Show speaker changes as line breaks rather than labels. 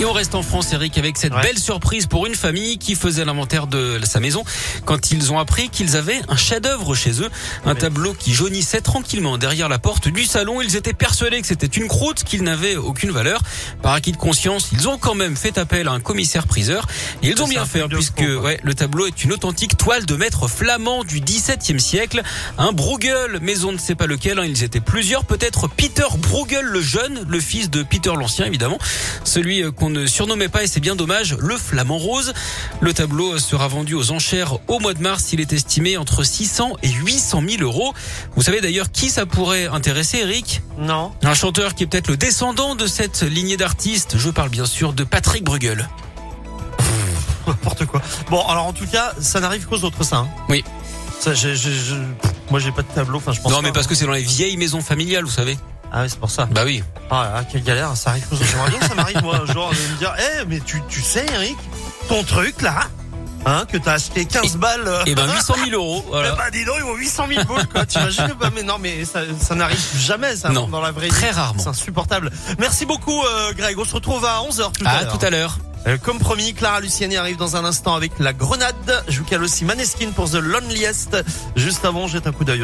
Et on reste en France, Eric, avec cette
Ouais.
belle surprise pour une famille qui faisait l'inventaire de sa maison quand ils ont appris qu'ils avaient un chef-d'œuvre chez eux, un tableau qui jaunissait tranquillement derrière la porte du salon. Ils étaient persuadés que c'était une croûte, qu'il n'avait aucune valeur. Par acquis de conscience, ils ont quand même fait appel à un commissaire-priseur. Et ils ont
C'est
bien
un
fait,
truc
hein,
de
puisque
fou, quoi.
ouais, le tableau est une authentique toile de maître flamand du XVIIe siècle. Un Bruegel, mais on ne sait pas lequel. hein, ils étaient plusieurs, peut-être Peter Bruegel le jeune, le fils de Peter l'Ancien, évidemment. Celui euh, qu'on ne surnommait pas, et c'est bien dommage, le Flamand Rose. Le tableau euh, sera vendu aux enchères au mois de mars. Il est estimé entre 600 et 800 000 euros. Vous savez d'ailleurs qui ça pourrait intéresser, Eric
Non.
Un chanteur qui est peut-être le descendant de cette lignée d'artistes. Je parle bien sûr de Patrick Bruegel.
N'importe quoi. Bon, alors en tout cas, ça n'arrive qu'aux autres, ça. hein.
Oui.
Ça, j'ai- j'ai- je- pff, Moi, j'ai pas de tableau. Enfin, je pense. pas,
Non,
hein.
mais parce que c'est dans les vieilles maisons familiales, vous savez.
Ah oui, c'est pour ça.
Bah oui.
Ah, là, quelle galère. Ça arrive qu'aux autres. J'aimerais bien que ça m'arrive, moi. Genre, de me dire, eh, mais tu, tu sais, Eric, ton truc, là, hein, que t'as acheté 15 balles. euh,
Et ben 800 000 euros.
eh
Voilà.
ben, dis donc, ils vaut 800 000 balles, quoi. T'imagines pas Mais non, mais ça, ça n'arrive jamais, ça,
Non.
dans la vraie vie.
Très rarement.
C'est insupportable. Merci beaucoup, euh, Greg. On se retrouve à 11h tout à
À
l'heure.
tout à l'heure.
Euh, Comme promis, Clara Luciani arrive dans un instant avec la grenade. Je vous cale aussi Maneskin pour The Loneliest. Juste avant, jette un coup d'œil.